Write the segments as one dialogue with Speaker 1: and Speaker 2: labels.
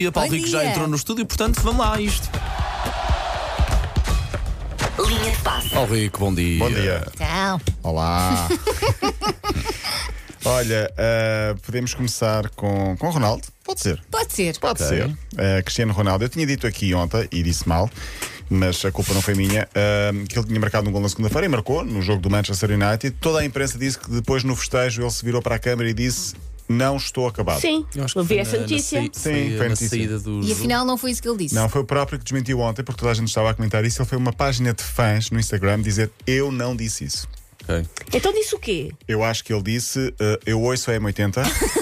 Speaker 1: E a Paulo
Speaker 2: Bom
Speaker 1: Rico já
Speaker 2: dia.
Speaker 1: entrou no estúdio, portanto, vamos lá a isto.
Speaker 3: Linha de passe.
Speaker 1: Paulo Rico, bom dia.
Speaker 4: Bom dia.
Speaker 2: Então,
Speaker 4: Olá. Olha, ah, podemos começar com, com Ronaldo? Pode ser.
Speaker 2: pode ser.
Speaker 4: Pode ser. Ah, Cristiano Ronaldo, eu tinha dito aqui ontem, e disse mal, mas a culpa não foi minha, ah, que ele tinha marcado um gol na segunda-feira e marcou no jogo do Manchester United. Toda a imprensa disse que depois no festejo ele se virou para a câmara e disse: Não estou acabado.
Speaker 5: Sim,
Speaker 1: Eu acho que
Speaker 5: ouvi
Speaker 1: foi
Speaker 5: essa
Speaker 1: na-
Speaker 5: notícia.
Speaker 1: Na, saí-
Speaker 4: Sim,
Speaker 1: saí-
Speaker 4: foi a
Speaker 1: na
Speaker 4: notícia.
Speaker 1: saída do.
Speaker 2: E afinal não foi isso que ele disse.
Speaker 4: Não, foi o próprio que desmentiu ontem, porque toda a gente estava a comentar isso. Ele foi uma página de fãs no Instagram dizer: Eu não disse isso.
Speaker 1: Ok.
Speaker 5: Então disse o quê?
Speaker 4: Eu acho que ele disse: ah, Eu ouço a M80.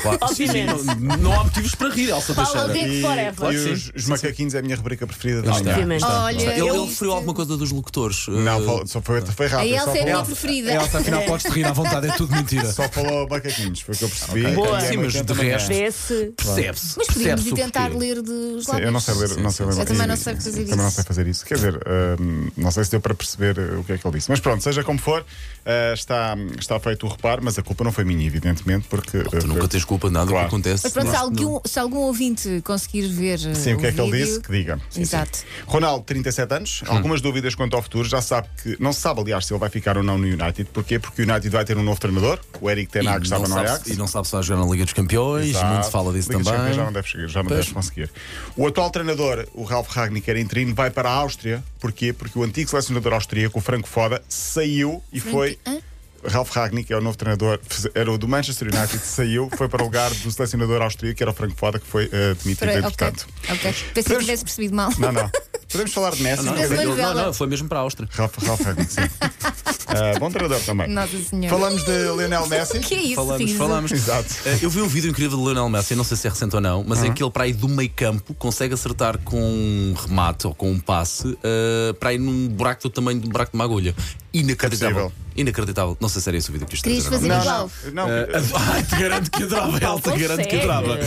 Speaker 1: Claro. Sim, sim, não, não há motivos para rir, Elsa Teixeira.
Speaker 2: Paulo Rico.
Speaker 4: E,
Speaker 5: Forever.
Speaker 4: e
Speaker 1: Claro que
Speaker 4: os,
Speaker 1: sim.
Speaker 4: os macaquinhos é a minha rubrica preferida da
Speaker 1: Lá está.
Speaker 4: manhã.
Speaker 5: Obviamente.
Speaker 2: Olha,
Speaker 1: Ele, ele
Speaker 2: eu-
Speaker 1: referiu alguma coisa dos locutores.
Speaker 4: Não,
Speaker 1: eh,
Speaker 4: falou- só foi, foi
Speaker 2: a
Speaker 4: rápido. só,
Speaker 2: Elsa é a minha
Speaker 4: falou,
Speaker 2: preferida.
Speaker 6: Elsa, afinal podes te rir à vontade, é tudo mentira.
Speaker 4: só falou macaquinhos, foi o que eu percebi.
Speaker 1: ok.
Speaker 4: E é
Speaker 1: Sim, mas
Speaker 4: 80
Speaker 1: de
Speaker 4: da manhã.
Speaker 1: resto-
Speaker 5: Desse.
Speaker 1: Percebe-se.
Speaker 2: Mas podíamos
Speaker 1: percebe-se
Speaker 2: ir
Speaker 1: o
Speaker 2: tentar
Speaker 1: porquê.
Speaker 2: ler dos
Speaker 4: Sim,
Speaker 2: lábios.
Speaker 4: eu não sei ler, não sei ler
Speaker 2: Eu também não sei
Speaker 4: macaquinhos.
Speaker 2: fazer
Speaker 4: Também não
Speaker 2: isso.
Speaker 4: sei fazer isso. Quer dizer, hum, não sei se deu para perceber uh, o que é que ele disse. Mas pronto, seja como for, uh, está, está feito o reparo, mas a culpa não foi minha, evidentemente, porque. uh,
Speaker 1: Tu nunca tens culpa de nada do
Speaker 4: Claro.
Speaker 1: que acontece.
Speaker 2: Mas pronto,
Speaker 1: Não.
Speaker 2: se algum, se algum ouvinte conseguir ver. eh,
Speaker 4: Sim, o que é que ele
Speaker 2: vídeo-
Speaker 4: disse? Que diga. Sim,
Speaker 2: Exato.
Speaker 4: sim. Ronaldo, 37 anos,
Speaker 1: Hum.
Speaker 4: algumas dúvidas quanto ao futuro, já sabe que. Não se sabe, aliás, se ele vai ficar ou não no United. Porquê? Porque o United vai ter um novo treinador, o Eric
Speaker 1: E
Speaker 4: Ten Hag estava
Speaker 1: não
Speaker 4: no
Speaker 1: sabe-
Speaker 4: Ajax.
Speaker 1: E não sabe se vai jogar na Liga dos Campeões,
Speaker 4: Exato.
Speaker 1: muito se fala disso
Speaker 4: Liga dos
Speaker 1: também.
Speaker 4: Campeões Já não deve chegar, já não
Speaker 1: Pois.
Speaker 4: deve conseguir. O atual treinador, o Ralf Ragnick, era interino, vai para a Áustria. Porquê? Porque o antigo selecionador austríaco, o Franco Foda, saiu e foi.
Speaker 2: hã?
Speaker 4: Ralf Ragnick é o novo treinador, era o do Manchester United, saiu, foi para o lugar do selecionador austríaco, que era o Franco Foda, que foi eh, demitido,
Speaker 2: Espera aí, ok.
Speaker 4: entretanto.
Speaker 2: ok. Pensei que
Speaker 4: Podemos-
Speaker 2: tivesse percebido mal.
Speaker 4: Não, não. Podemos falar de Messi?
Speaker 1: Não,
Speaker 2: Mas
Speaker 1: ele-
Speaker 2: Manuela-
Speaker 1: não, não, foi mesmo para a Áustria.
Speaker 4: Ralf, Ralf Ragnick, sim. Eh, bom treinador também.
Speaker 2: Nossa Senhora.
Speaker 4: Falamos de Lionel Messi.
Speaker 2: O que é isso?
Speaker 1: Falamos,
Speaker 2: Riso?
Speaker 1: falamos.
Speaker 4: Exato. Uhum.
Speaker 1: Eh, Eu vi um vídeo incrível do Lionel Messi, não sei se é recente ou não, mas em que ele, para aí do meio campo, consegue acertar com um remate ou com um passe eh, para ir num buraco do tamanho de um buraco de uma agulha.
Speaker 4: É
Speaker 1: Inacreditável.
Speaker 4: possível.
Speaker 1: Inacreditável. Não sei se era esse o vídeo que isto
Speaker 2: Querias fazer
Speaker 4: Não,
Speaker 2: igual.
Speaker 4: não,
Speaker 1: Ah.
Speaker 4: não.
Speaker 1: Eh, Ai, te garanto que adorava,
Speaker 5: Não
Speaker 1: Elsa, garanto que
Speaker 5: consegue.
Speaker 1: adorava.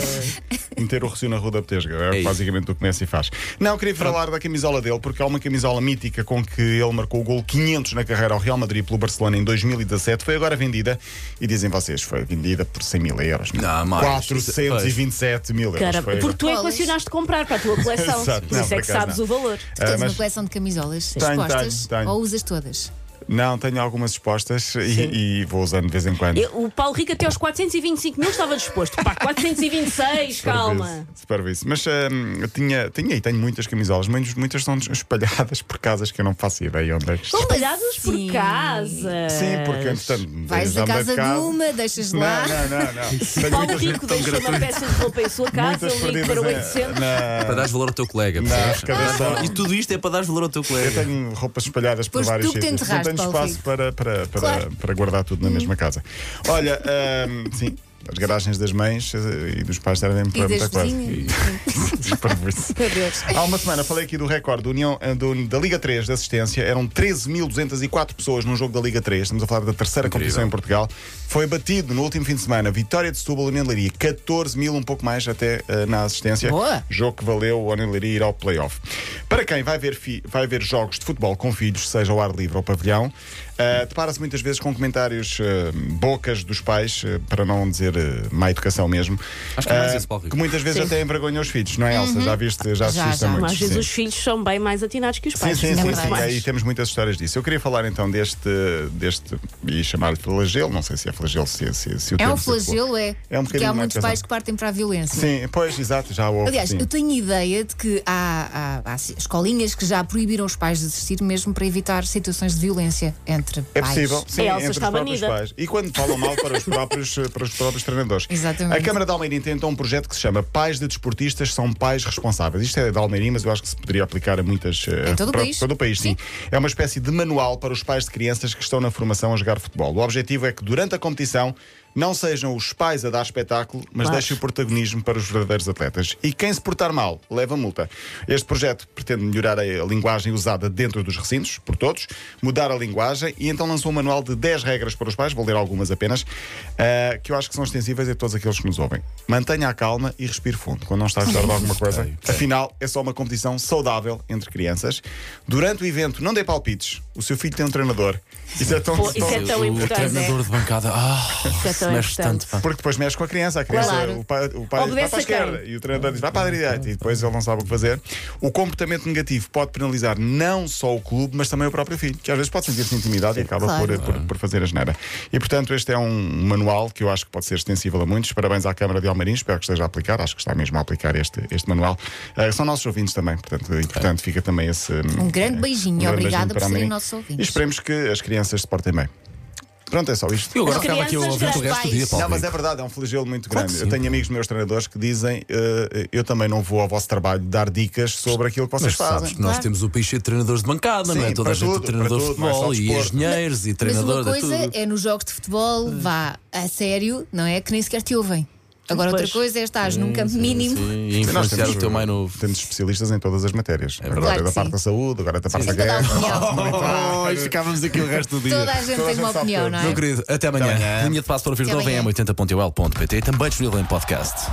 Speaker 4: Meter o recio na rua da Petesga.
Speaker 1: É
Speaker 4: É,
Speaker 1: isso.
Speaker 4: basicamente o que Messi faz. Não, queria falar da camisola dele, porque há uma camisola mítica com que ele marcou o gol 500 na carreira ao Real Madrid pelo Barcelona em 2017. Foi agora vendida, e dizem vocês, foi vendida por 100 mil euros. é?
Speaker 1: Não, mais.
Speaker 4: 427 mil euros.
Speaker 5: Caramba,
Speaker 4: foi.
Speaker 5: porque tu é que
Speaker 2: Bolas.
Speaker 5: relacionaste comprar para a tua coleção.
Speaker 4: Exato.
Speaker 5: Por
Speaker 4: Não,
Speaker 5: isso
Speaker 4: por
Speaker 5: é que
Speaker 4: acaso
Speaker 5: sabes
Speaker 4: não.
Speaker 5: o valor.
Speaker 4: Ah,
Speaker 2: Tens
Speaker 4: mas-
Speaker 2: uma coleção de camisolas
Speaker 4: Tenho,
Speaker 2: expostas?
Speaker 4: tenho, tenho.
Speaker 2: Ou usas todas?
Speaker 4: Não, tenho algumas expostas e, e vou usando de vez em quando.
Speaker 5: Eu- o Paulo Rico até aos 425 mil estava disposto. Pá, 426, calma.
Speaker 4: Super vice. Mas hum, eu tinha, tinha e tenho muitas camisolas, mas muitas são espalhadas por casas que eu não faço ideia onde é que estão.
Speaker 5: Espalhados por
Speaker 2: Sim.
Speaker 5: casa.
Speaker 4: Sim, porque entretanto.
Speaker 2: Vais da
Speaker 4: já mudei de
Speaker 2: casa de uma, deixas
Speaker 4: Não,
Speaker 2: lá.
Speaker 4: não, não, não. Tenho
Speaker 5: Paulo
Speaker 4: muitas-
Speaker 5: Rico deixa uma peça de roupa em sua casa,
Speaker 4: muitas
Speaker 5: um
Speaker 4: perdidas
Speaker 5: link
Speaker 4: é.
Speaker 5: para
Speaker 4: na-
Speaker 5: 800.
Speaker 1: Para
Speaker 4: na-
Speaker 1: dar valor ao teu colega,
Speaker 4: na
Speaker 1: percebes?
Speaker 4: arrecadação.
Speaker 1: E tudo isto é para dar valor ao teu
Speaker 4: Eu
Speaker 1: colega.
Speaker 4: tenho roupas espalhadas por
Speaker 2: Pois
Speaker 4: vários
Speaker 2: tu que te
Speaker 4: sítios. Não
Speaker 2: enterraste,
Speaker 4: tenho
Speaker 2: Paulo
Speaker 4: espaço
Speaker 2: Rico.
Speaker 4: para, para, para,
Speaker 2: Claro. Uhum.
Speaker 4: para guardar tudo na mesma casa. Olha, hum, sim, as garagens das mães eh, e dos pais servem para
Speaker 2: E
Speaker 4: muita
Speaker 2: das
Speaker 4: coisa.
Speaker 2: vizinhas.
Speaker 4: Super vice.
Speaker 2: Meu Deus.
Speaker 4: Há uma semana falei aqui do recorde do União, eh, do- da Liga 3 de assistência. Eram 13.204 pessoas num jogo da Liga 3. Estamos a falar da terceira competição em Portugal. Foi batido no último fim de semana. Vitória de Setúbal União de Leiria. 14 mil, um pouco mais até eh, na assistência.
Speaker 2: Boa.
Speaker 4: Jogo que valeu o União de Leiria ir ao playoff. Para quem vai ver, fi- vai ver jogos de futebol com filhos, seja ao ar livre ou pavilhão, eh, depara-se muitas vezes com comentários eh, bocas dos pais, eh, para não dizer eh, má educação mesmo.
Speaker 1: Acho que é mais
Speaker 4: eh,
Speaker 1: esse, Paulo Rico.
Speaker 4: que muitas vezes até envergonham os filhos, não é, Elsa?
Speaker 2: Uhum.
Speaker 4: Já viste, já
Speaker 2: Já,
Speaker 4: assististe
Speaker 2: já.
Speaker 4: a muitos.
Speaker 5: Mas às vezes
Speaker 4: sim.
Speaker 5: os filhos são bem mais atinados que os
Speaker 4: Sim,
Speaker 5: pais.
Speaker 4: sim,
Speaker 2: É
Speaker 4: sim,
Speaker 2: verdade.
Speaker 4: sim. E aí temos muitas histórias disso. Eu queria falar então deste, deste e chamar-lhe flagelo, não sei se é flagelo, se, se, se o
Speaker 2: É
Speaker 4: termo
Speaker 2: um
Speaker 4: se adequa.
Speaker 2: flagelo, é?
Speaker 4: É um
Speaker 2: Porque há
Speaker 4: bocadinho
Speaker 2: muitos
Speaker 4: mais
Speaker 2: pais que partem para a violência.
Speaker 4: Sim, pois, exato, já houve.
Speaker 2: Aliás,
Speaker 4: sim.
Speaker 2: eu tenho ideia de que há, há- há ci- escolinhas que já proibiram os pais de assistir mesmo para evitar situações de violência entre
Speaker 4: É
Speaker 2: pais.
Speaker 4: possível, sim,
Speaker 5: A Elsa
Speaker 4: entre os
Speaker 5: está
Speaker 4: próprios
Speaker 5: banida.
Speaker 4: pais. E quando falam mal para os próprios, eh, para os próprios treinadores.
Speaker 2: Exatamente.
Speaker 4: A Câmara de Almeirim tem então um projeto que se chama Pais de Desportistas são Pais Responsáveis. Isto é de Almeirim, mas eu acho que se poderia aplicar a muitas. eh,
Speaker 2: Em todo o
Speaker 4: para-
Speaker 2: país.
Speaker 4: Todo o país, sim. É uma espécie de manual para os pais de crianças que estão na formação a jogar futebol. O objetivo é que durante a competição. Não sejam os pais a dar espetáculo, mas
Speaker 5: Claro.
Speaker 4: deixem o protagonismo para os verdadeiros atletas. E quem se portar mal, leva multa. Este projeto pretende melhorar a a linguagem usada dentro dos recintos, por todos, mudar a linguagem e então lançou um manual de 10 regras para os pais, vou ler algumas apenas, ah, que eu acho que são extensíveis a todos aqueles que nos ouvem. Mantenha a calma e respire fundo quando não está a gostar de alguma coisa. Afinal, é só uma competição saudável entre crianças. Durante o evento, não dê palpites. O seu filho tem um treinador. Isso é tão,
Speaker 5: Pô, isso é
Speaker 4: tão-
Speaker 5: tão
Speaker 1: o
Speaker 5: importante. né?
Speaker 1: treinador de bancada. Ah,
Speaker 2: Isso é
Speaker 5: isso é
Speaker 1: mexe
Speaker 5: importante.
Speaker 1: tanto. Pá.
Speaker 4: Porque depois mexe com a criança. A criança,
Speaker 2: Claro.
Speaker 4: o pai, o pai diz, vai
Speaker 5: Obedece
Speaker 4: para a
Speaker 5: a quem?
Speaker 4: esquerda e o treinador diz vai para a direita e depois ele não sabe o que fazer. O comportamento negativo pode penalizar não só o clube, mas também o próprio filho, que às vezes pode sentir-se intimidado e acaba
Speaker 2: Claro.
Speaker 4: por, por, por fazer a geneira. E portanto, este é um manual que eu acho que pode ser extensível a muitos. Parabéns à Câmara de Almarim, espero que esteja a aplicar, acho que está mesmo a aplicar este, este manual. Eh, são nossos ouvintes também, portanto, e, portanto fica também esse. eh,
Speaker 2: Um grande beijinho. Obrigada por serem nossos ouvintes.
Speaker 4: E esperemos que as crianças se portem bem. Pronto, é só isto.
Speaker 6: Eu agora
Speaker 5: As
Speaker 6: ficava aqui a
Speaker 5: crianças
Speaker 6: ouvir o
Speaker 5: das
Speaker 6: resto do
Speaker 5: pais.
Speaker 6: dia, Paulo.
Speaker 4: Não, mas é verdade, é um flagelo muito
Speaker 1: Claro
Speaker 4: grande.
Speaker 1: que
Speaker 4: Eu
Speaker 1: sim.
Speaker 4: tenho amigos meus treinadores que dizem: eh, eu também não vou ao vosso trabalho dar dicas sobre aquilo que
Speaker 1: Mas
Speaker 4: vocês
Speaker 1: sabes
Speaker 4: fazem.
Speaker 1: que nós
Speaker 2: claro.
Speaker 1: temos o picho de treinadores de bancada, não é?
Speaker 4: Sim,
Speaker 1: Toda
Speaker 4: para
Speaker 1: a gente
Speaker 4: tudo,
Speaker 1: é treinador de
Speaker 4: para tudo, não é só
Speaker 1: futebol e
Speaker 4: desporto.
Speaker 1: engenheiros e
Speaker 2: Mas uma
Speaker 1: treinador de
Speaker 2: coisa
Speaker 1: tudo.
Speaker 2: é nos jogos de futebol, vá a sério, não é? Que nem sequer te ouvem. Agora, outra
Speaker 5: Pois.
Speaker 2: coisa é estar num campo mínimo.
Speaker 1: Sim, e
Speaker 4: Nós
Speaker 1: influenciar o teu mais novo.
Speaker 4: Temos especialistas em todas as matérias. agora
Speaker 2: verdade
Speaker 4: é
Speaker 2: que
Speaker 4: da parte
Speaker 2: sim.
Speaker 4: da saúde, agora é da parte da
Speaker 2: Sim, cada
Speaker 4: guerra.
Speaker 2: opinião.
Speaker 1: Oh, isto ficávamos aqui o resto do
Speaker 2: Toda a gente
Speaker 4: Toda
Speaker 2: tem
Speaker 4: a gente
Speaker 2: uma
Speaker 4: sabe
Speaker 2: opinião,
Speaker 4: tudo.
Speaker 2: não é?
Speaker 1: Meu querido, até amanhã.
Speaker 4: amanhã.
Speaker 1: Linha de passo para ouvir de
Speaker 2: Até
Speaker 1: novo em
Speaker 2: amanhã.
Speaker 1: m80.ol.pt também disponível em podcast.